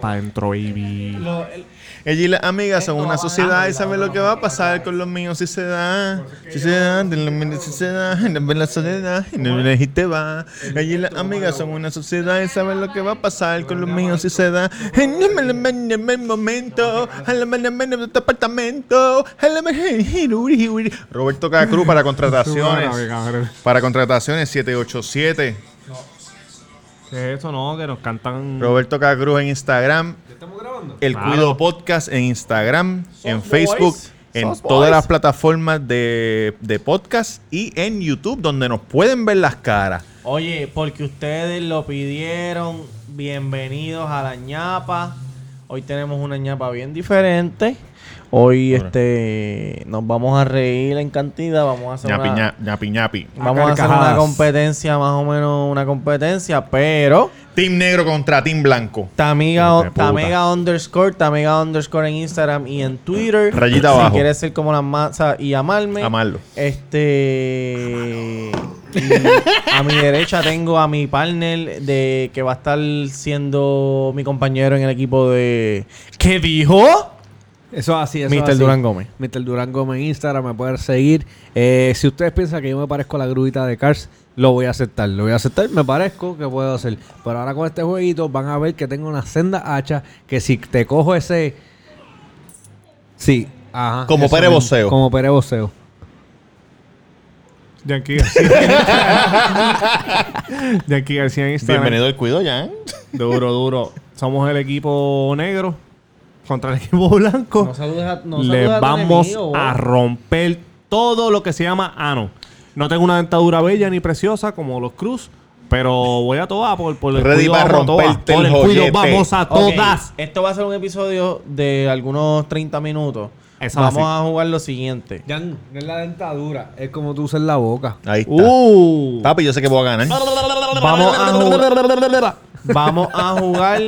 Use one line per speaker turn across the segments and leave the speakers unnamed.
para adentro, baby.
Lo- el-
Ella y las amigas son
Esto
una
va
sociedad y
ganando,
saben lo que va a pasar con los míos si se da. Si se da, de los míos si se da, no ven la soledad, y no ven y te va. Ella y las amigas son una sociedad y saben lo que va a pasar con los míos si se da. En el men- men- men- men- momento, en el men- men- men- departamento, en el men- men- uri- uri. Roberto Cacruz para
Súbalo,
contrataciones.
cabrón.
Para contrataciones 787.
¿Qué es eso, no? Que nos cantan.
Roberto Cacruz en Instagram.
¿Estamos grabando?
El
Claro.
Cuido Podcast en Instagram, en
Boys.
Facebook,
Sos
en
Boys.
todas las plataformas de, de podcast y en YouTube, donde nos pueden ver las caras.
Oye, porque ustedes lo pidieron, bienvenidos a la ñapa. Hoy tenemos una ñapa bien diferente. Hoy este nos vamos a reír en cantidad, vamos a hacer
ñapi,
una,
ña- ñapi, ñapi.
vamos a hacer una
Carcajadas.
competencia, más o menos una competencia, pero
Team Negro contra Team Blanco.
Hijo
Tamiga,
de puta.
Tamega underscore, Tamega underscore en Instagram y en Twitter.
Rayita
si
abajo.
quieres ser como la masa y amarme.
Amarlo.
Este. y a mi derecha tengo a mi partner de que va a estar siendo mi compañero en el equipo de. ¿Qué dijo?
Eso es así, eso es
Mr.
así.
Durán Gómez.
Mr. Durán Gómez en Instagram, me pueden seguir. Eh, si ustedes piensan que yo me parezco a la grubita de Cars, lo voy a aceptar. Lo voy a aceptar, me parezco, que puedo hacer. Pero ahora con este jueguito van a ver que tengo una senda hacha que si te cojo ese... Sí, ajá.
Como
eso
Pere
mismo,
Boceo.
Como Pere Boceo.
Yankee García. Yankee García en Instagram.
Bienvenido al Cuido, ya. ¿eh?
Duro, duro. Somos el equipo negro contra el equipo blanco.
saludes a.
Le vamos a romper todo lo que se llama ano. No tengo una dentadura bella ni preciosa como los Cruz, pero voy a todas por, por el
Ready
cuido
pa'
vamos a todas.
romperte
Por
el
el cuido
joyete.
vamos a
Ok,
todas.
Esto va a ser un episodio de algunos 30 minutos.
Eso
Vamos
así.
a jugar lo siguiente.
Ya no no es la dentadura, es como tú usas la boca.
Ahí está.
Uh,
Papi, yo sé que voy a ganar.
Vamos a jugar. Vamos a jugar.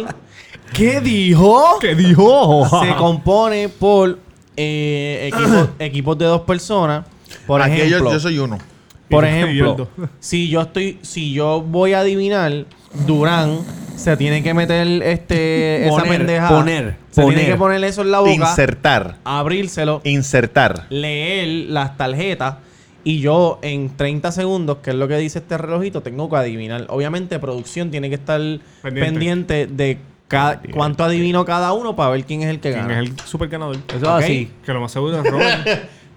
¿Qué dijo?
¿Qué dijo?
Se compone por eh, equipos, equipos de dos personas. Por
Aquí
ejemplo,
yo, yo soy uno.
por
Y yo estoy
ejemplo,
viendo.
si yo estoy, si yo voy a adivinar, Durán se tiene que meter este esa
Poner,
pendeja.
poner,
se
poner.
tiene que poner eso en la boca,
Insertar.
abrírselo,
Insertar.
leer las tarjetas y yo en 30 segundos, que es lo que dice este relojito, tengo que adivinar. Obviamente producción tiene que estar pendiente,
Pendiente.
de ca- cuánto adivino cada uno para ver quién es el que
¿Quién
gana.
es el super ganador?
Eso
Ok.
es así.
Que lo más seguro es Robert.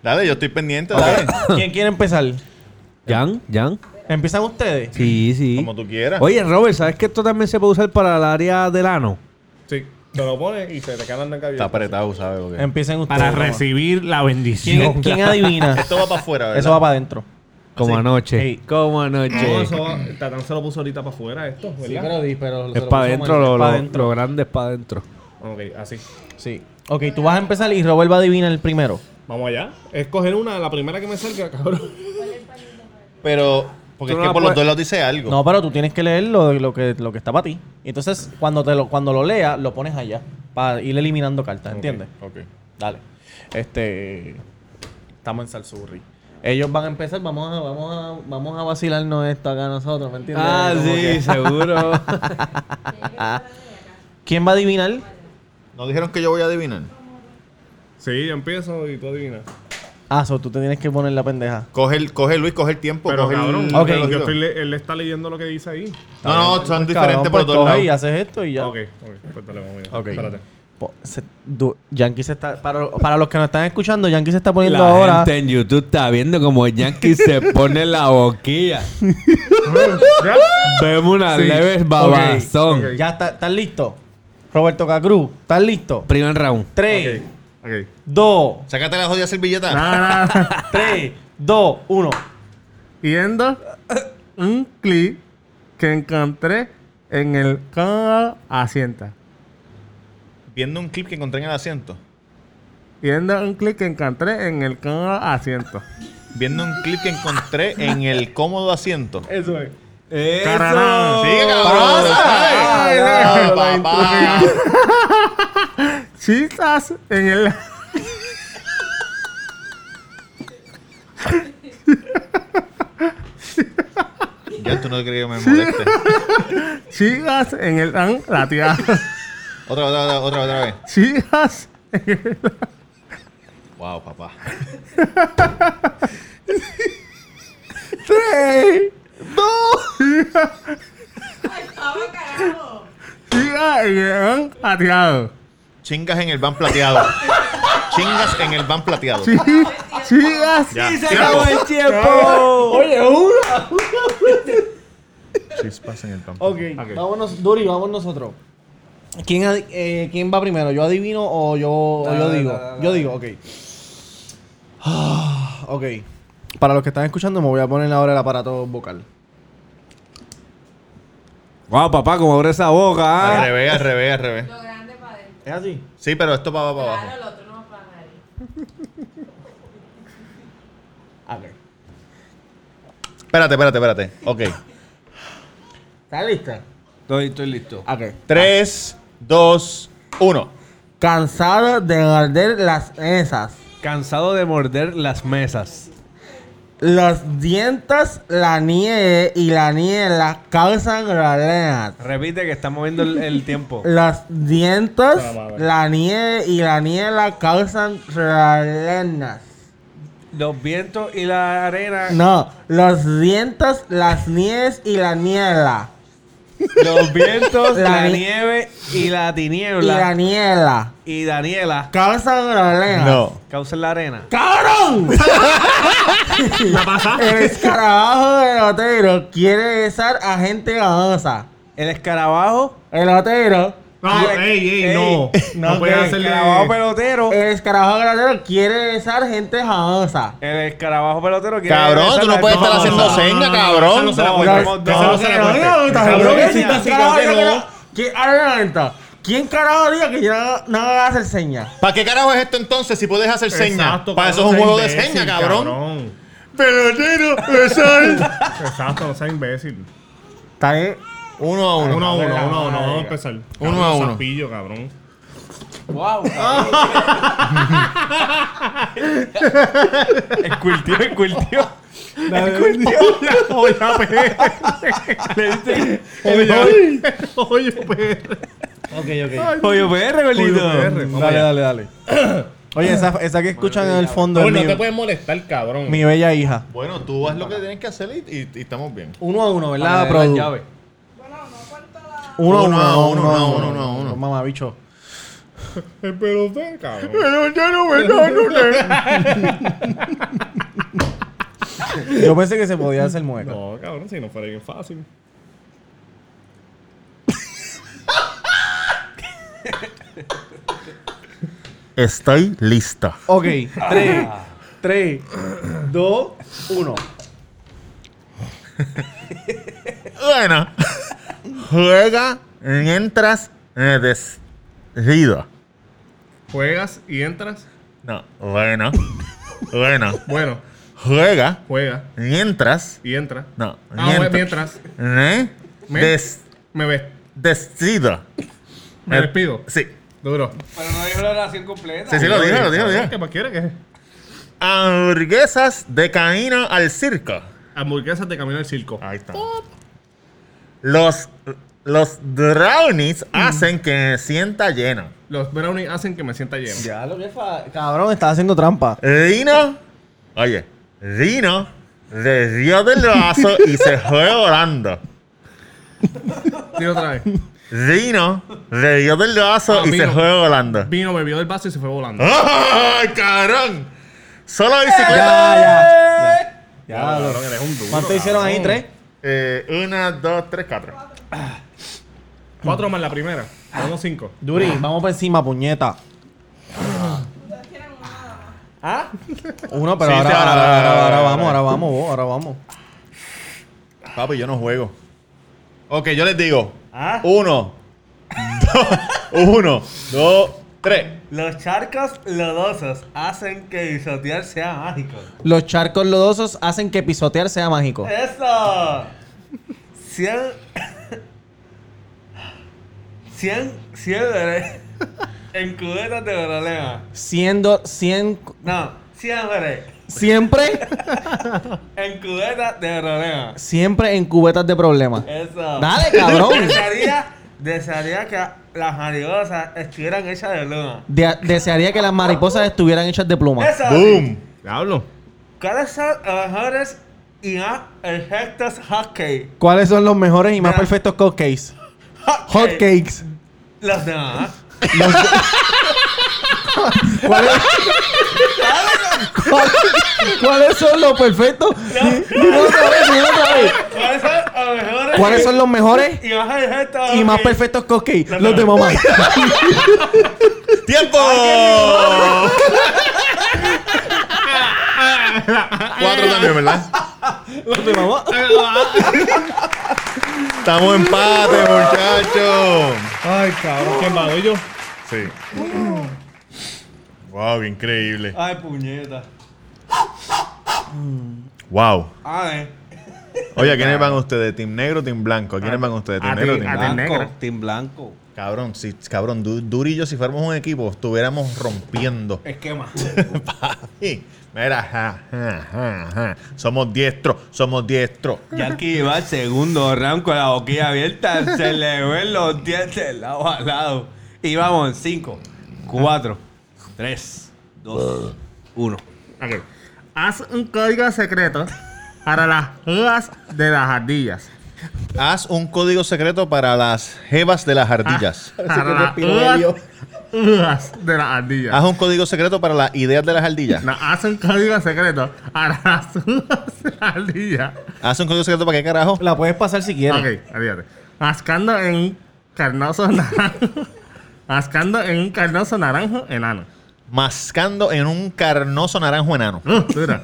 Dale, yo estoy pendiente.
Dale.
Dale.
¿Quién quiere empezar?
¿Yan? ¿Yan?
¿Empiezan ustedes?
Sí, sí.
Como tú quieras.
Oye, Robert, ¿sabes que esto también se puede usar para el área del ano?
sí, te lo pones y se te quedan tan
Está apretado, ¿sabes? Porque-
Em-
Empiecen ustedes.
Para
vamos.
recibir la bendición.
¿Quién, quién adivina?
Esto va para afuera, ¿verdad?
Eso va para adentro.
Como
Sí.
anoche.
Ey.
Como anoche.
Tatán se lo puso ahorita para afuera esto,
es para adentro, lo,
para
lo-
adentro.
lo grande es para adentro.
Ok, así.
Sí. Ok, tú vas a empezar y Robert va a adivinar el primero.
Vamos allá. Escoger una, la primera que me salga, cabrón.
Pero, porque
Tú no
es que
la
por los
puedes-
dos lados dice algo.
No, pero tú tienes que leer lo, lo que, lo que está para ti. Y entonces, cuando, te lo, cuando lo leas, lo pones allá. Para ir eliminando cartas, ¿entiendes?
Ok.
Dale. Este. Estamos en Salsurri. Ellos van a empezar, vamos a, vamos a, vamos a vacilarnos esto acá nosotros, ¿me entiendes? Como que-
Ah, seguro.
¿Quién va a adivinar?
¿No dijeron que yo voy a adivinar?
Sí, yo empiezo y tú adivinas.
Ah, so, tú te tienes que poner la pendeja.
Coge, el, coge Luis, coge el tiempo.
Pero
coge el-
cabrón,
el
yo
Ok.
relojito.
estoy le- él está leyendo lo que dice ahí.
No, no, son
Cabrón,
diferentes por
pues,
los dos
coge Y
lados.
haces esto y ya.
Ok, ok, pues dale, vamos allá.
Ok.
Espérate.
Po- se- du- Yankee se está. Para, para los que nos están escuchando, Yankee se está poniendo
La
ahora.
gente en YouTube está viendo como Yankee se pone la boquilla. Vemos una
Sí.
leve babazón.
Ok, ok.
Ya está, ¿estás listo? Roberto Cacruz, ¿estás listo?
Primer round.
3,
Ok.
2,
Sácate la jodida servilleta.
3, 2, 1.
Yendo un clip que encontré en el cada asienta.
Viendo un clip que encontré en el asiento.
Yendo un clip que encontré en el cada asiento.
Viendo un clip que encontré en el cómodo asiento.
Eso es.
¡Eso!
¡Sigue, cabrón! ¡Ay,
Ay,
no,
la
papá!
Chisas en el.
Ya tú no crees que me moleste.
Chicas en el. La tía.
Otra, otra, otra, otra, otra vez.
Chivas.
Wow, papá.
Tres. Chivas en el van plateado.
Chingas en el van plateado. Chingas en el van plateado.
Chivas.
Ya.
se acabó el tiempo!
Oye, una.
Chispas en el van
Ok, vámonos, Duri, vamos nosotros. ¿Quién, adi- eh, ¿Quién va primero? ¿Yo adivino o yo, o
Dale,
yo
dale,
digo?
dale, dale.
Yo digo, ok. Ah, ok. Para los que están escuchando, me voy a poner ahora el aparato vocal.
Wow, papá, como abre esa boca.
Al
¿ah?
revés, al revés, al revés.
Lo grande para adentro.
¿Es así?
Sí, pero esto para abajo, para
Claro,
abajo.
el otro no va para nadie.
Ok.
Espérate, espérate, espérate. Ok.
¿Estás lista?
Estoy, estoy listo.
Ok.
3, 2, 1.
Cansado de arder las esas.
Cansado de morder las mesas.
Los dientes, la nieve y la niebla causan galeas.
Repite que estamos viendo el, el tiempo.
Los dientes,
Vamos a ver.
la nieve y la niebla causan galenas.
Los vientos y la arena.
No, los vientos, las nieves y la niebla.
Los vientos,
La
la,
ni-
nieve y la
Y
tiniebla.
la niebla
y Daniela
causan galenas.
No.
causa en la arena.
¡Cabrón! El escarabajo del otero quiere besar a gente ganosa.
El escarabajo.
El otero
No,
Ey,
Ah, ey, ey,
ey.
no. No,
No,
puedes
que-
hacerle...
escarabajo pelotero.
El escarabajo granero quiere besar gente jabosa.
El escarabajo pelotero. quiere
Cabrón,
regresar
tú no
al-
puedes estar haciendo
no,
seña,
no,
cabrón.
no, esa no se la
No,
cuenta.
no,
Esa
no,
no se la cuenta.
Cabrón,
que
que
sí,
sí,
carajo,
sí,
yo
que
creo-
no.
¿Quién- ahora un momento. ¿Quién carajo dijo que yo no, no voy a hacer señas?
¿Para qué carajo es esto entonces si puedes hacer señas?
Exacto,
Para eso es
cabrón,
un juego
sea
de
imbécil,
señas, cabrón.
Pelotero, besar. Exacto, no seas imbécil.
Está bien.
Uno a
Uno a uno,
uno.
uno a uno, vamos a empezar.
Uno a
Cabrón,
uno.
Sapillo, cabrón.
Wow. escultió, escultió. Escultió.
Oye, PR. Oye, oye, PR.
Ok, ok.
Pollo PR,
PR,
gordito.
vamos
Dale,
allá.
dale, dale. Oye, esa, esa que escuchan en el fondo
No,
es
no
mi,
te puedes molestar, cabrón.
Eh,
mi bella hija.
Bueno, tú haz lo que tienes que hacer y, y- y estamos bien.
Uno a uno,
La
¿verdad, produ?
produ. llave.
Uno a uno,
Uno a uno,
uno a
uno,
uno,
uno a uno.
Mamá, bicho.
El pelotero, cabrón.
Yo pensé que se podía hacer mueca.
No, cabrón, si no fuera bien fácil.
Estoy lista.
Ok, 3, 3, 2, 1.
Bueno. Juega mientras me desrido.
Juegas y entras.
No. Bueno. Bueno.
Bueno,
Juega
juega
mientras.
y entra.
No.
Ah, bueno, mientras
Me
Me-
des,
me ves.
desrido.
Me despido.
Sí.
Duro.
Pero no dijo la oración completa.
Sí, sí, lo dije, lo dije, lo
¿Qué
dije.
más quieres que
Hamburguesas de camino al circo.
Hamburguesas de camino al circo.
Ahí está. Los, los brownies hacen que me sienta lleno.
Los brownies hacen que me sienta lleno.
Ya lo que fa... Eh. Cabrón, estás haciendo trampa.
Rino, oye, Rino le dio del brazo y se fue volando.
Dilo otra vez.
Rino le dio del brazo
Ah,
y se
vino.
fue volando.
Vino, bebió del vaso y se fue volando.
¡Ay, cabrón! Solo bicicleta.
Ya, ya. Ya,
Cabrón,
lo-
eres un duro,
¿Cuánto hicieron ahí?
cabrón.
¿Tres?
Eh, una, dos, tres, cuatro.
Cuatro más la primera. Vamos cinco.
Duri, vamos por encima, puñeta. ¿Ah? Uno, pero
Sí,
ahora,
sí,
ahora,
ahora,
ahora,
ahora,
ahora
ahora,
vamos,
ahora.
ahora vamos, vos, ahora vamos.
Papi, yo no juego. Ok, yo les digo. Uno, dos, uno, dos, tres.
Los charcos lodosos hacen que bisotear sea mágico.
Los charcos lodosos hacen que pisotear sea mágico.
¡Eso! 100. 100. 100 en cubetas de problema.
Siendo, cien,
No, siempre
siempre,
en cubetas de problema.
siempre en cubetas de problemas.
Eso.
Dale, cabrón.
Quesadilla
Desearía que las mariposas estuvieran hechas de luna.
De- desearía que las mariposas estuvieran hechas de pluma.
Esa-
¡Boom! Hablo.
¿Cuáles son los mejores y más perfectos hotcakes?
¿Cuáles son los mejores y más
Mira.
perfectos cupcakes?
Hotcakes.
Hotcakes.
Los demás.
¿Cuáles son los perfectos? Dime otra vez, dime otra vez.
¿Cuáles son los mejores
¿Cuáles son los mejores
y más perfectos
y más
hotcakes?
perfectos cupcakes?
No, no.
Los de mamá.
¡Tiempo! Cuatro también, ¿verdad?
Los de mamá.
Estamos empate, muchachos.
Ay, cabrón. ¿Quién va? ¿Doy yo?
Sí. Wow, qué increíble.
Ay, puñeta.
Wow.
Ay.
Oye, ¿a quiénes van ustedes? ¿Team negro o team blanco? ¿A quiénes van ustedes? ¿Team
Ah, a
Ah, negro o team
ti- a ti-
blanco?
negro.
Team blanco.
Cabrón, si, cabrón, du- Duri y yo, si fuéramos un equipo, estuviéramos rompiendo.
Esquema.
Papi, Mira, ja, ja, ja, ja. somos diestros, somos diestros.
Jackie va al segundo round con la boquilla abierta. Se le ven los dientes lado a lado. Y vamos en 5, 4, 3, 2, 1.
Ok. Haz un código secreto para las jugas de las ardillas.
Haz un código secreto para las jevas de las ardillas.
Para las jugas- jugas de las ardillas.
Haz un código secreto para las ideas de las ardillas.
No, haz un código secreto para las jugas de las ardillas.
Haz un código secreto para qué carajo.
La puedes pasar si quieres.
Ok, olvídate. Mascando en un carnoso naranjo. Mascando en un carnoso naranjo enano.
Mascando en un carnoso naranjo enano.
Uh, dura.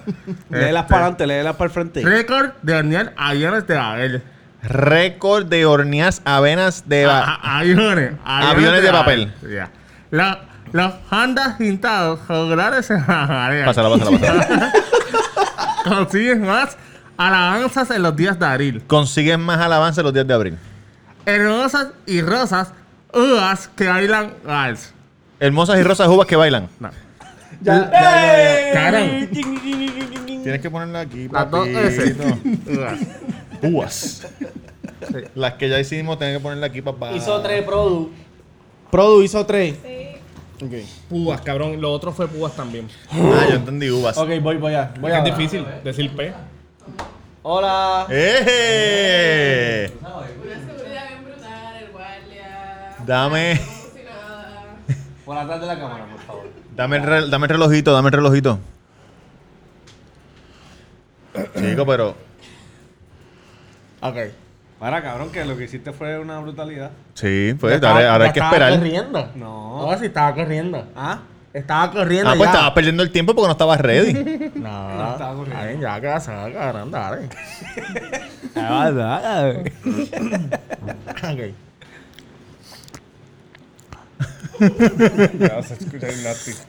Léelas para adelante, léelas para el frente.
Récord de hornear aviones de Babel.
Récord de horneas avenas de... va-
A- a- aviones,
Aviones de papel.
Babel. Ya. La- los Hondas pintados regulares en la marea.
Pásala, pásala, pásala.
Consiguen más alabanzas en los días de abril.
Consigues más alabanza los días de abril.
Hermosas y rosas, uvas que bailan vals.
Hermosas y rosas uvas que bailan.
Ah,
Cabrón.
Tienes que ponerla aquí,
Las dos S. Uvas.
Uvas. Las que ya hicimos, tienes que ponerla aquí, papá.
Produ. Produ hizo tres.
Púas, cabrón. Lo otro fue púas también.
Ah, yo entendí uvas.
Ok, voy, voy a. Voy a.
difícil decir P.
Hola.
¡Eh!
Una seguridad bien brutal, el guardia.
Dame,
Como si nada.
Por atrás de la cámara, por favor.
dame, el rel- dame el relojito, dame el relojito. Chico, pero.
Ok.
Para cabrón, que lo que hiciste fue una brutalidad.
Sí, pues ahora, ahora hay que esperar.
corriendo?
No.
No, si estaba corriendo.
¿Ah?
Estaba corriendo.
Ah, pues
ya.
estabas perdiendo el tiempo porque no estabas ready.
No,
estaba corriendo.
Ay, ya que la saca, cabrón, dale. Ok.
Ya se escucha el lápiz.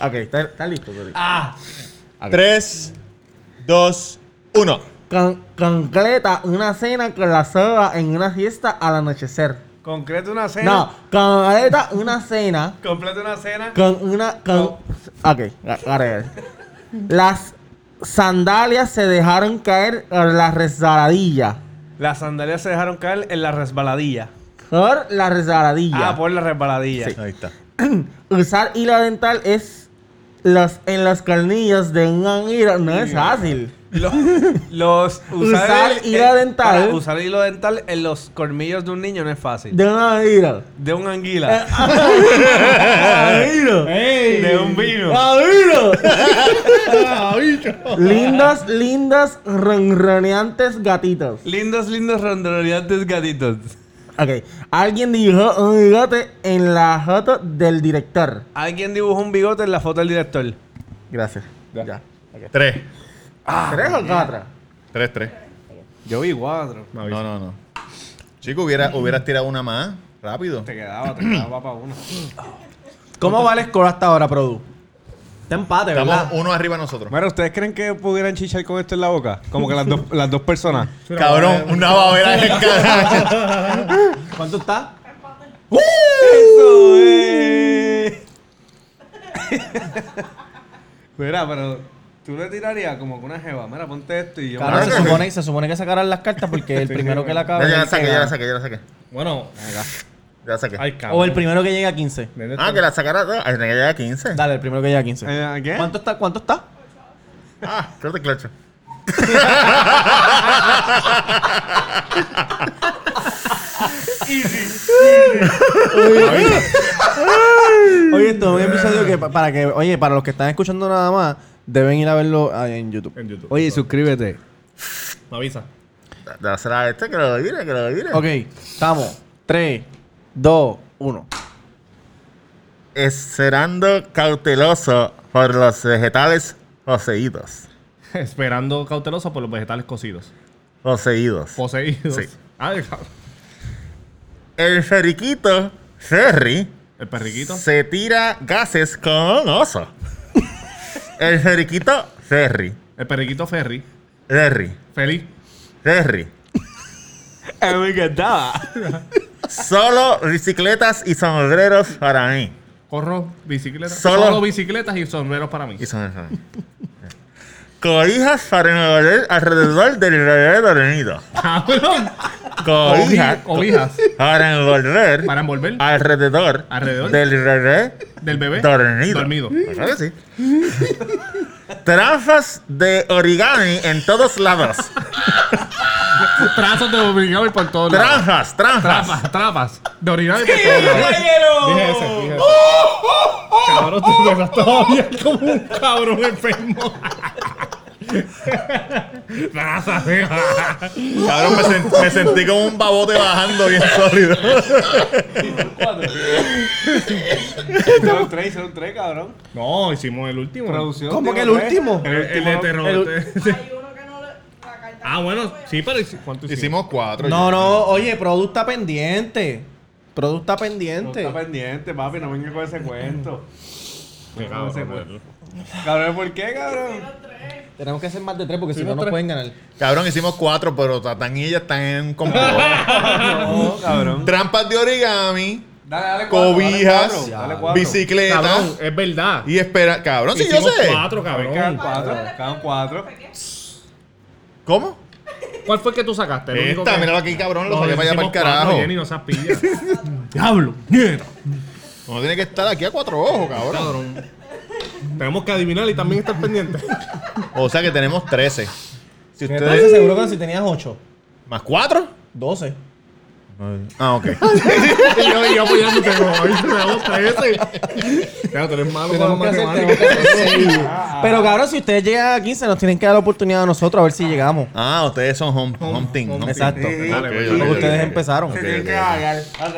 Ok, está, está listo, Dori.
Tres, dos, uno.
Con- concreta una cena con la soda en una fiesta al anochecer.
Concreta una cena.
No, concreta una cena
Completa una cena.
Con una. Con... Ok, a- ahora ya. Las sandalias se dejaron caer en la resbaladilla.
Las sandalias se dejaron caer en la resbaladilla.
Por la resbaladilla.
Ah, por la resbaladilla.
Ahí está.
Usar hilo dental es. Los, en los colmillos de un hilo no es fácil.
Lo- Los,
Usar hilo
eh,
dental.
para usar hilo dental en los colmillos de un niño no es fácil. De,
De un hilo.
un anguila. Ah,
¡Hilo!
De un vino.
Ah. Lindos, lindos, ronroneantes gatitos.
Lindos, lindos, rondoneantes gatitos.
Ok. Alguien dibujó un bigote en la foto del director.
Alguien dibujó un bigote en la foto del director.
Gracias. Ya.
Tres.
¿Tres o cuatro?
Tres, tres.
Yo vi cuatro.
No, no, no. Chico, hubiera, hubieras tirado una más. Rápido.
Te quedaba, te quedaba para uno.
¿Cómo va el score hasta ahora, Produ? Está empate,
Estamos uno arriba nosotros.
Bueno, ¿ustedes creen que pudieran chichar con esto en la boca? Como que las dos, las dos personas.
Cabrón, una babera en el carajo.
¿Cuánto está?
¡Eso es! Mira, pero Tú le tirarías como que una jeva. Mira, ponte esto y yo.
Claro, se supone, se supone que sacarán las cartas porque el primero que la
Ya,
acabe.
ya
es
la
el
saqué,
que
ya la
gana.
saqué, ya la saqué.
Bueno,
Ya la saqué.
ay, cabrón.
O el primero que llegue a 15.
Ah, que la sacara. ah, Ay, tenía que llegar a 15.
Dale, el primero que llegue a 15.
Eh, ¿Qué?
¿Cuánto está? ¿Cuánto está?
Ah, creo que clacho.
Oye, esto es un episodio que pa- para que, oye, para los que están escuchando nada más, deben ir a verlo ah, en YouTube.
En YouTube.
Oye, suscríbete.
Me avisa.
Dásela a este que lo vire, que lo vire.
Ok, estamos. 3, 2, 1.
Esperando cauteloso por los vegetales poseídos.
Esperando cautelosa por los vegetales cocidos.
Poseídos.
Poseídos.
Sí.
Ay, cabrón.
El ferriquito, Ferry,
El perriquito.
se tira gases con un oso. El ferriquito, Ferry.
El perriquito Ferry.
Ferry.
Feliz.
Ferry.
me encantaba.
Solo bicicletas y sombreros para mí.
Corro bicicletas.
Solo-
Solo, bicicletas y sombreros para mí.
Y sombreros para mí. Cobijas para envolver alrededor del bebé dormido.
Cabrón.
Cobijas
Cobijas.
para envolver
Para envolver
alrededor,
Alrededor.
del bebé
del bebé.
dormido.
¿Eh? Dormido.
Claro que sí. Trampas de origami en todos lados.
Trazos de obligado y por todos lados.
Tranjas, tranjas.
Trapas, trapas. De orinar y por todos lados. Dije ese, dije ese. Cabrón, tú me estás todavía como un cabrón enfermo. Trazas, fija.
Cabrón, me, sen- me sentí como un babote bajando bien sólido.
Hicieron tres, hicieron tres, cabrón.
No, hicimos el último.
Producción.
¿Cómo
digo,
que el
tres. Eh,
último?
El, el de terror.
Hay uno que no le. la carta
Ah,
no
bueno,
fue.
sí, pero hici- ¿cuánto hicimos?
Hicimos cuatro.
No,
ya.
no, oye, producta pendiente. Producta
No
pendiente.
está pendiente, papi, no venga con ese cuento.
Qué
No se puede.
cabrón.
Cabrón, ¿por qué, cabrón?
Tenemos que hacer más de tres porque si no, nos pueden ganar.
Cabrón, hicimos cuatro, pero Tatán y ella están en un complot.
No, cabrón.
Trampas de origami,
Dale, dale cuatro,
cobijas,
dale cuatro, dale cuatro.
bicicletas
Cabrón, es verdad.
y espera. Cabrón, si yo
Hicimos
sé.
cuatro, cabrón.
Quedan cuatro, quedan cuatro.
¿Cómo?
¿Cuál fue el que tú sacaste? El único
Esta,
que-
míralo aquí, cabrón, lo
No,
saqué para allá para el
hicimos cuatro,
carajo.
Jenny, no seas pilla. Diablo, mierda.
Uno tiene que estar aquí a cuatro ojos, cabrón.
Cabrón. Tenemos que adivinar y también estar pendiente.
O sea que tenemos 13. Si
Entonces,
eh-
ustedes.
seguro que si tenías 8,
¿Más cuatro?
12.
Ah, ok.
yo, yo apoyándote, no. Ahí tenemos 13. Claro, tú eres malo para
Tenemos que hacer- tenemos
matemáticas.
que hacer seis.
Ah,
Pero cabrón, si ustedes llegan a 15, nos tienen que dar la oportunidad a nosotros a ver si llegamos.
Ah, ustedes son home, home team. home team.
Exacto.
Dale,
Dale,
pues,
güey,
Porque
dale,
ustedes
dale.
empezaron.
Ok,
Tienen
ok,
que
ok.
cagar. Ok.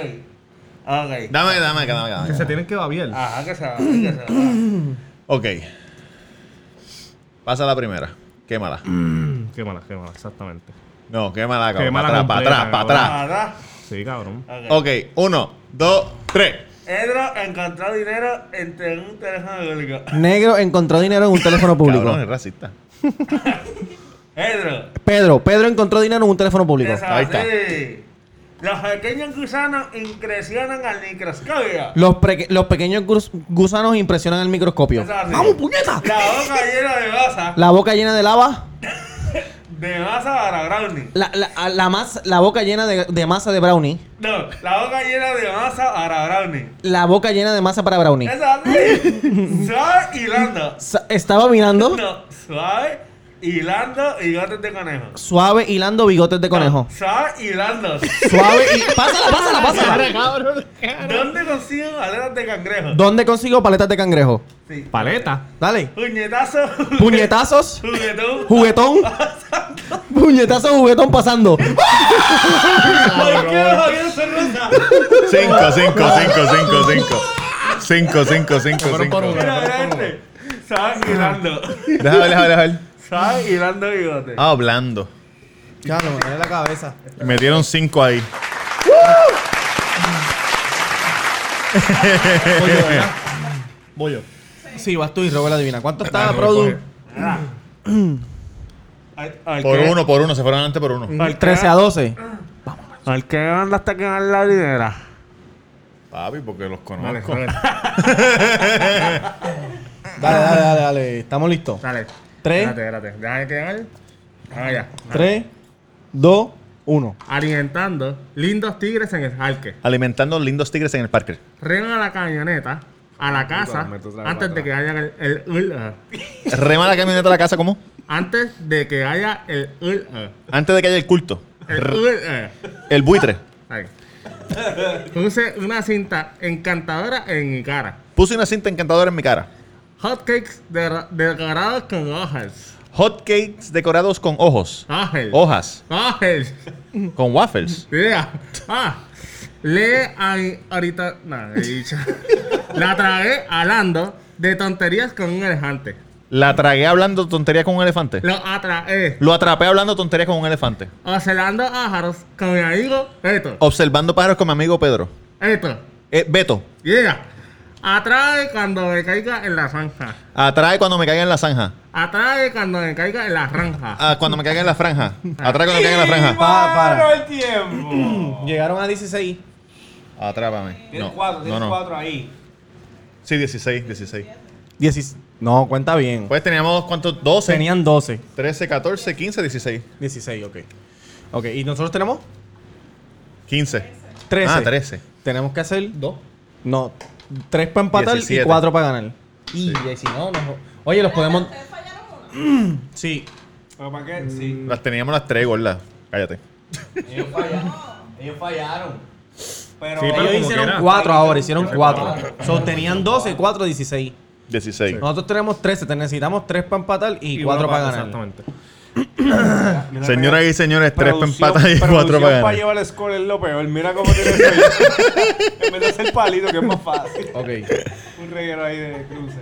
Dame,
Ok.
dame, acá, dame, acá, dame.
Se
acá.
tienen que babiar.
Ajá, que se va, que se va.
Ok. Pasa la primera. Quémala.
Qué mala, qué mala, exactamente.
No, quémala, cabrón.
Quémala
Para atrás, para atrás,
completa,
para atrás.
Ajá.
Sí, cabrón.
Ok, uno, dos, tres.
Edro encontró dinero entre un teléfono público.
Negro encontró dinero en un teléfono público.
Cabrón, es racista.
Edro.
Pedro, Pedro encontró dinero en un teléfono público.
Eso
ahí está.
sí. Los pequeños gusanos increcionan al microscopio.
Los, preque- los pequeños gus- gusanos impresionan el microscopio.
Eso sí.
¡Vamos, puñeta!
La boca llena de masa.
La boca llena de lava.
De masa para brownie.
La, la, a- la mas- la boca llena de, de masa de brownie.
No, la boca llena de masa para brownie.
La boca llena de masa para brownie.
Eso sí. Suave hilando.
Sa- estaba mirando
No, suave hilando y gotas de conejo.
suave hilando bigotes de conejo.
Suave hilando.
Suave y. ¡Pásala, pásala, pásala!
¿Dónde consiguen aletas de cangrejo?
¿Dónde consigo paletas de cangrejo?
Sí.
Paleta.
Dale.
Puñetazo.
Puñetazos.
Juguetón.
Juguetón. Puñetazo, juguetón pasando.
¿Por qué los aviones se rozan?
Cinco, cinco, cinco, cinco, cinco. Cinco, cinco, cinco,
Fueron por
cinco.
uno.
Mira, mira este. Suave hilando.
Déjame, déjame, déjame.
Suave hilando bigote.
Ah, hablando.
Ya, me duele la cabeza.
Metieron cinco ahí.
Voy yo, ¿verdad? Voy yo.
Sí, vas tú y Robert adivina. ¿Cuánto está,
Dale,
Produ?
coge.
Al- al
Por
que-
uno, por uno. Se fueron antes por
Mm.
uno.
al que-
13 a 12.
Al que anda hasta que gana la lidera.
Papi, porque los conozco.
Dale, dale.
Dale, dale, dale, dale. Estamos listos.
Dale.
3,
Espérate, espérate. Déjame quedar. Ah, ya. Ah.
3, 2, 1.
Alimentando lindos tigres en el parque.
Alimentando lindos tigres en el parque.
Renan a la camioneta, a la casa,
meto otra vez
antes de que haya el... el- el- uh.
Rema la camioneta a la casa, ¿cómo?
antes de que haya el... el- uh.
Antes de que haya el culto.
El- el- uh.
El buitre.
Ahí. Puse una cinta encantadora en mi cara.
Puse una cinta encantadora en mi cara.
Hotcakes de- decorados con hojas.
Hotcakes decorados con ojos.
Ángel.
Hojas.
Ángel.
Con waffles.
Yeah. Ah. Lee a mi- ahorita. No, he dicho. La tragué hablando de tonterías con un elefante.
La tragué hablando tontería con un elefante.
Lo atraé.
Lo atrapé hablando tontería con un elefante.
Ocelando ájaros con mi amigo Eto.
Observando pájaros con mi amigo Pedro.
Eto.
Eh, Beto.
Yeah. Atrae cuando me caiga en la zanja.
Atrae cuando me caiga en la zanja.
Atrae cuando me caiga en la ranja.
Ah, cuando me caiga en la franja. Atrae cuando me caiga en la franja.
Para,
Pa- para.
el tiempo.
Mm, Llegaron a 16.
Atrápame.
Tienes
No,
cuatro,
no,
tienes
no.
cuatro ahí.
Sí, 16, 16.
Diecis- no, cuenta bien.
Pues teníamos, ¿cuántos? 12,
Tenían 12.
13, 14, 15, 16.
16, ok. Ok, ¿y nosotros tenemos?
15.
13.
Ah, 13.
Tenemos que hacer... Dos. No, tres para empatar y
17.
cuatro para ganar. Y y si no, no... Oye, los podemos...
Ustedes fallaron uno.
Sí.
¿Pero para qué? Sí.
Las teníamos las tres, gorda. Cállate.
Ellos fallaron. Ellos fallaron. Pero,
Sí, pero
Ellos
como
hicieron
quiera.
cuatro ahora, hicieron cuatro. So, tenían 12, 4, 16.
16.
Nosotros tenemos 13, te necesitamos 3 para empatar y 4
uno
para ganar.
Exactamente.
Mira,
Señoras y señores, tres para
Producción-
empatar y cuatro
producción
para ganar.
llevar el score es lo peor. Mira cómo tiene el pelo. En vez de hacer palito, que es más fácil.
Ok,
Un reguero ahí de cruce.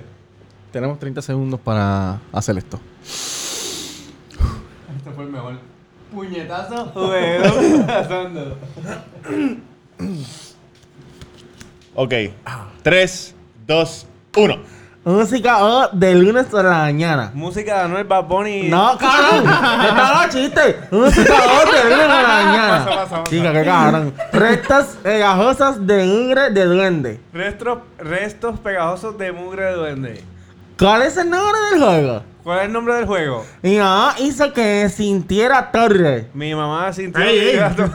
tenemos 30 segundos para hacer esto.
Este fue el mejor. Puñetazo, juguero, pasando.
Ok. 3, 2, 1.
Música oh, de lunes a la mañana.
Música de Anuel Bad Bunny.
No, cabrón, te estaba chiste. Música oh, de lunes a la mañana.
Pasa, pasa, pasa.
Chica, qué cabrón. Rectas pegajosas de ingre de duende.
Restos, restos pegajosos de mugre de duende.
¿Cuál es el nombre del juego?
¿Cuál es el nombre del juego?
Mi mamá
ah,
hizo que sintiera torre.
Mi mamá sintió
Ey,
que
ey.
gato-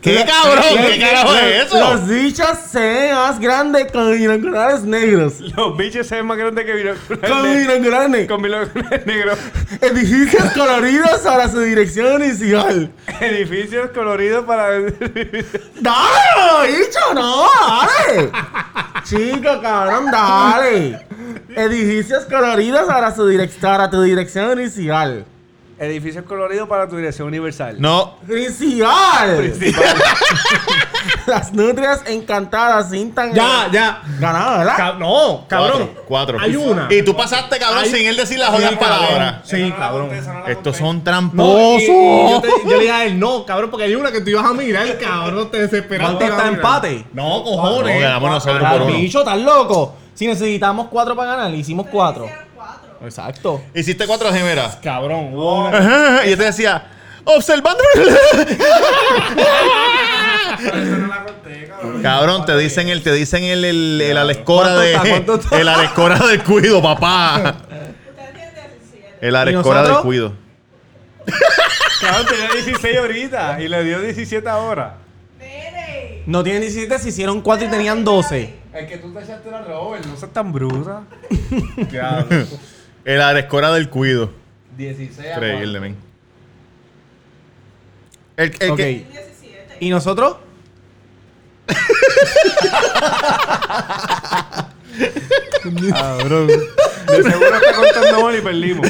¿Qué cabrón? ¿Qué carajo es
Los
eso?
dichos se ven más grandes con binoculares negros.
los bichos se ven más grandes que
Con
binoculares.
binoculares negros.
Con binoculares negros.
Edificios coloridos para su dirección inicial.
Edificios coloridos para.
¡Dale, bicho! ¡No! ¡Dale! Chico, cabrón, dale. Edificios coloridos para su direc- para tu dirección inicial.
Edificios coloridos para tu dirección universal.
No.
¡Inicial! Las nutrias encantadas cintan.
Ya, ya.
Ganado, ¿verdad?
Cab- no, cabrón.
Cuatro, cuatro.
Hay una.
Y tú pasaste, cabrón,
Hay-
sin él decir las jodidas
Sí, cabrón.
palabras.
Sí, cabrón.
Estos son
No, y- y- y yo,
tramposos.
te- yo le dije a él, no, cabrón, porque hay una que tú ibas a mirar, cabrón, te desesperaste.
¿Cuánto
ibas a
está
mirar.
empate?
No,
No,
cojones.
ganamos nosotros por
Claro,
uno.
bicho, estás loco. Si necesitamos cuatro para ganar, le hicimos cuatro.
Hicieron cuatro.
Exacto.
Hiciste cuatro gemelas.
Cabrón, hubo una-
Ajá, Y yo te decía, observando. Cabrón, te dicen el, te dicen el, el, el alescora
¿Cuánto
de.
está? ¿Cuánto está?
El alescora del cuido, papá.
Ustedes tienen
Eh.
17.
El alescora del
nosotros?
cuido.
Claro, tenía 16 ahorita Ah, y le dio 17 ahora.
Nene.
No tienen 17, se hicieron cuatro y tenían 12.
Es que tú te echaste la Robert, no seas tan bruta.
El alescora del cuido.
16 a
Increíble, men. El, el
Ok.
que.
17.
¿Y nosotros?
Cabrón. De seguro está contando mal y perdimos.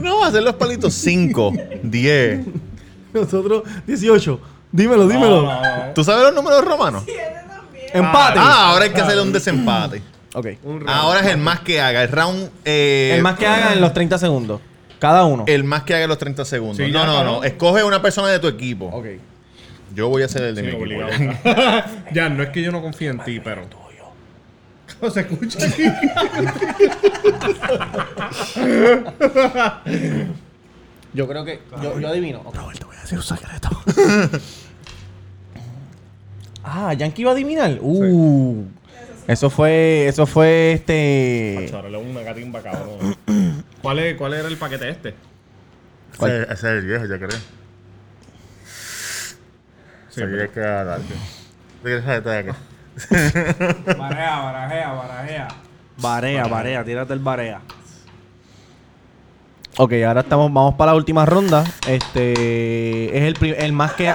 No, va a ser los palitos 5, 10.
Nosotros 18. Dímelo, dímelo.
¿Tú sabes los números romanos?
Siete también.
Empate.
Ah, ahora hay que hacerle un desempate.
Ok.
Ahora es el más que haga. El round. eh,
El más que hagan en los 30 segundos. Cada uno.
El más que haga los 30 segundos.
Sí,
no,
ya,
no,
cabrón.
no. Escoge una persona de tu equipo.
Ok.
Yo voy a hacer el de mi
Sí,
equipo.
obligado. ya, no es que yo no confíe en ti, pero. ¿Cómo se escucha aquí?
Yo creo que. Yo, yo adivino. Ok. voy a decir un secreto. ah, Yankee iba a adivinar. Uh. Eso fue. Eso fue este.
Ahora le hago una gatimba, cabrón.
¿Cuál, es- ¿Cuál era el paquete este?
Ese, ese es el viejo, yo creo. Sí, Sabía que era largo. Regresa detrás de acá.
Barajea, barajea, barajea.
Barea, barea, tírate el barea. Ok, ahora estamos, vamos para la última ronda. Este es el, pri- el más que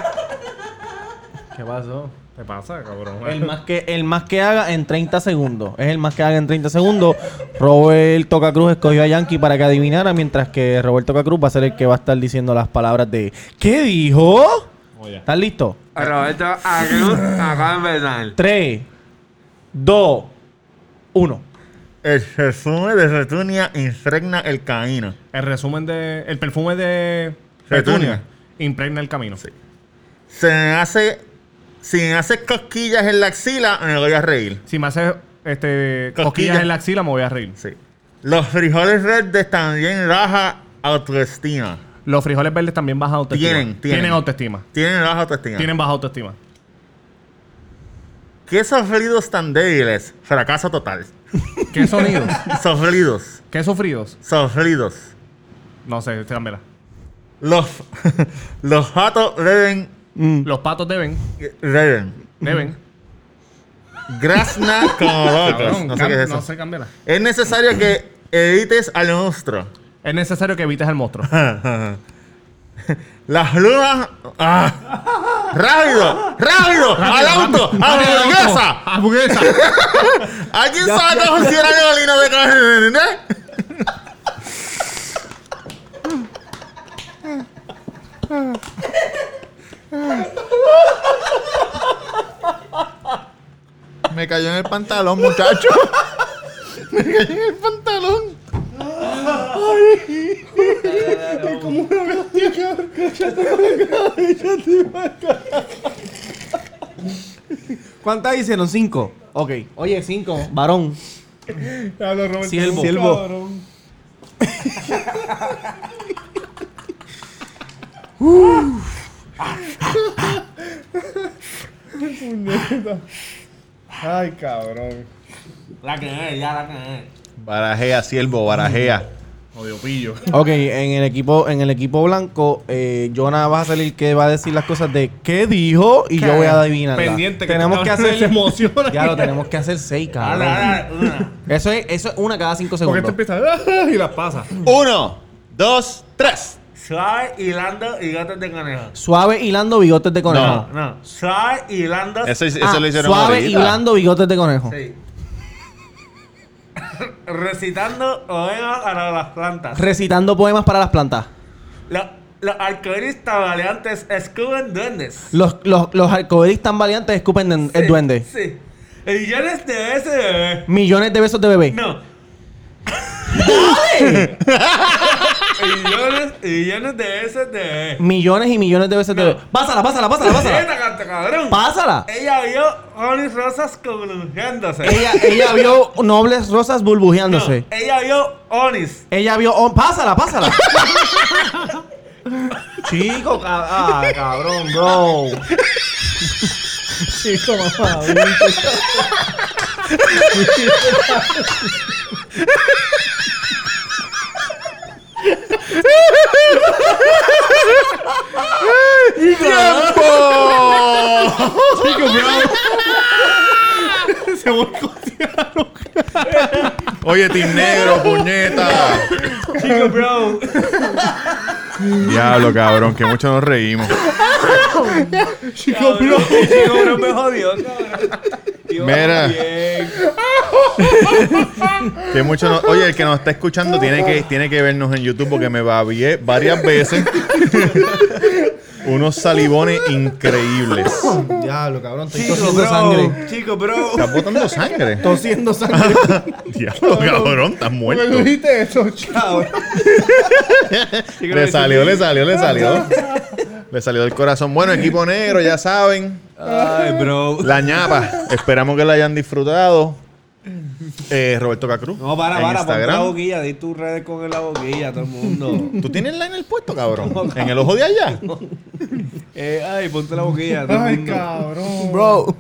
¿Qué pasó?
¿Te pasa, cabrón?
El más que el más que haga en 30 segundos. Es el más que haga en 30 segundos. Robert Toca Cruz escogió a Yankee para que adivinara, mientras que Robert Toca Cruz va a ser el que va a estar diciendo las palabras de ¿Qué dijo? ¿Estás listo?
Roberto, Cruz acaba de empezar.
3 2 1
El perfume de Retunia impregna el caína.
El resumen de. El perfume de.
Petunia.
Petunia. Impregna el camino.
Se me hace. Si me hace cosquillas en la axila, me voy a reír.
Si me haces este, cosquillas.
Cosquillas.
en la axila, me voy a reír.
Sí. Los frijoles verdes también baja autoestima.
Los frijoles verdes también bajan autoestima.
Tienen, tienen.
autoestima.
Tienen baja autoestima.
Tienen baja autoestima.
¿Qué sofridos tan débiles? Fracaso total.
¿Qué sonidos?
Sofridos.
¿Qué sufridos?
Sofridos.
No sé, cámbiala.
Los, los patos deben,
Los patos deben.
deben.
Deben.
Grazna como locos.
Cabrón,
No sé qué es eso.
no sé, cámbiala.
Es necesario que evites al monstruo.
Es necesario que evites al monstruo.
Las lunas. ¡Ah! ¡Rápido! ¡Rápido! ¡Al auto! ¡A la hamburguesa!
¡Hamburguesa!
¿Alguien sabe cómo funciona el molino de carne? Me cayó en el pantalón, muchacho. Me cayó en el pantalón.
¿Cuántas hicieron? Cinco. Ok. Oye, cinco. Varón. Siervo. Siervo.
Ay, cabrón.
La que es, ya la que es.
Barajea, siervo, barajea.
Odio pillo.
Ok, en el equipo, en el equipo blanco, eh, Jonah va a salir que va a decir las cosas de qué dijo y yo voy a adivinar.
Pendiente que
tenemos que
cabrón
hacer
se emociona.
Ya lo tenemos que hacer seis,
Dale,
cabrón.
dale, una.
Eso es, eso es una cada cinco
Porque esto
segundos.
empieza ¡ah! y las pasa.
Uno, dos, tres.
Suave, hilando y gatos de conejo.
Suave hilando bigotes de conejo.
No.
No, suave, hilando.
Eso, eso
Ah,
lo hicieron
suave
ahorita.
hilando bigotes de conejo.
Sí. Recitando ovejas a la- las plantas.
Recitando poemas para las plantas.
Los, los alcoholistas tabaleantes escuben duendes.
Los, los, los arcoíris tan valientes escupen den- el
Sí,
duende.
Sí. Millones de veces bebé.
Millones de besos de bebé.
No. millones y millones de veces de bebé.
Millones y millones de veces de bebé. Pásala, pásala, pásala, pásala.
Esta canta, cabrón.
Pásala.
Ella vio Onis Rosas columpiándose.
Ella, ella vio nobles rosas
No,
burbujeándose.
ella vio Onis.
Ella vio. oh, pásala, pásala. Chico, cab- ah, cabrón, bro. Chico, mamá.
Oye, Team Negro, puñeta.
Chico, bro.
Diablo, cabrón, que mucho nos reímos.
Chico, bro. Chico, bro, me jodió, cabrón. Iba
Mira.
bien.
Que mucho nos- Oye, el que nos está escuchando tiene que, tiene que vernos en YouTube porque me babié varias veces. Unos salivones increíbles.
Diablo, cabrón, estoy
Chico,
tosiendo
bro.
sangre.
Chico, bro.
Estás botando sangre.
Tosiendo sangre.
Diablo, cabrón, estás muerto. Le salió, le salió, le salió. Le salió del corazón. Bueno, equipo negro, ya saben.
Ay, bro.
La ñapa. Esperamos que la hayan disfrutado. Eh, Roberto Cacruz.
No, para,
en
para, pon la
Instagram.
boquilla, di tus redes con la boquilla, todo el mundo.
¿Tú tienes la en el puesto, cabrón? ¿En el ojo de allá?
Eh, ay, ponte la boquilla, todo el mundo.
cabrón.
Bro.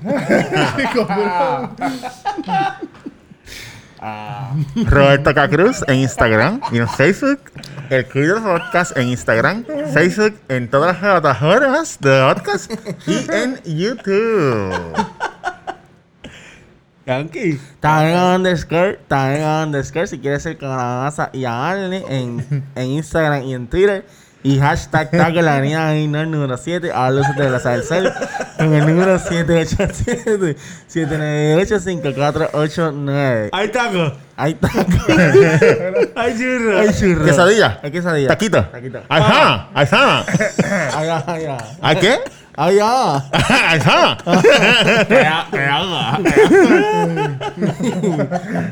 a Roberto Cacruz en Instagram y en Facebook. El Club del Podcast en Instagram, Facebook, en todas las plataformas de podcast y en YouTube.
Yankee.
Tag underscore, tag underscore, si quieres ser canadaza y háganle en, en Instagram y en Twitter. Y hashtag tag la niña ahí, no el número 7, a los de la Salsel, en el número 787 798 5489
Ahí taco.
Ahí está.
Ahí churro.
Ay, churro.
Quesadilla.
Ay, quesadilla.
Taquito.
Taquito.
Ajá,
Ah.
ajá.
Allá, allá.
¿A qué?
Allá.
Ajá.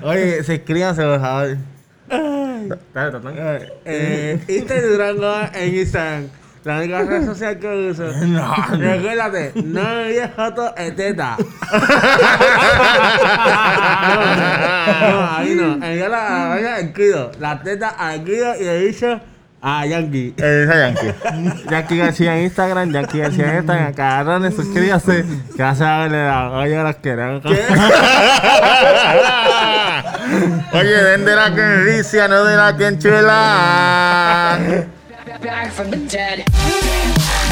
Oye, se escríbanse, por favor.
Dale, Tatán.
Eh, Instagram Durango en Instagram. La única red social que uso. No. Recuérdate, no me envíes fotos de teta. no, no, ahí no. Envía la vaina al cuido. La teta al cuido y le dicho a Yankee.
Esa Yankee.
Jackie García en Instagram, Jackie García en Instagram, cabrones, suscríbase. Gracias a la oye, los queremos.
Oye, ven de la que envicia, no de la que enchula.
Back from the dead.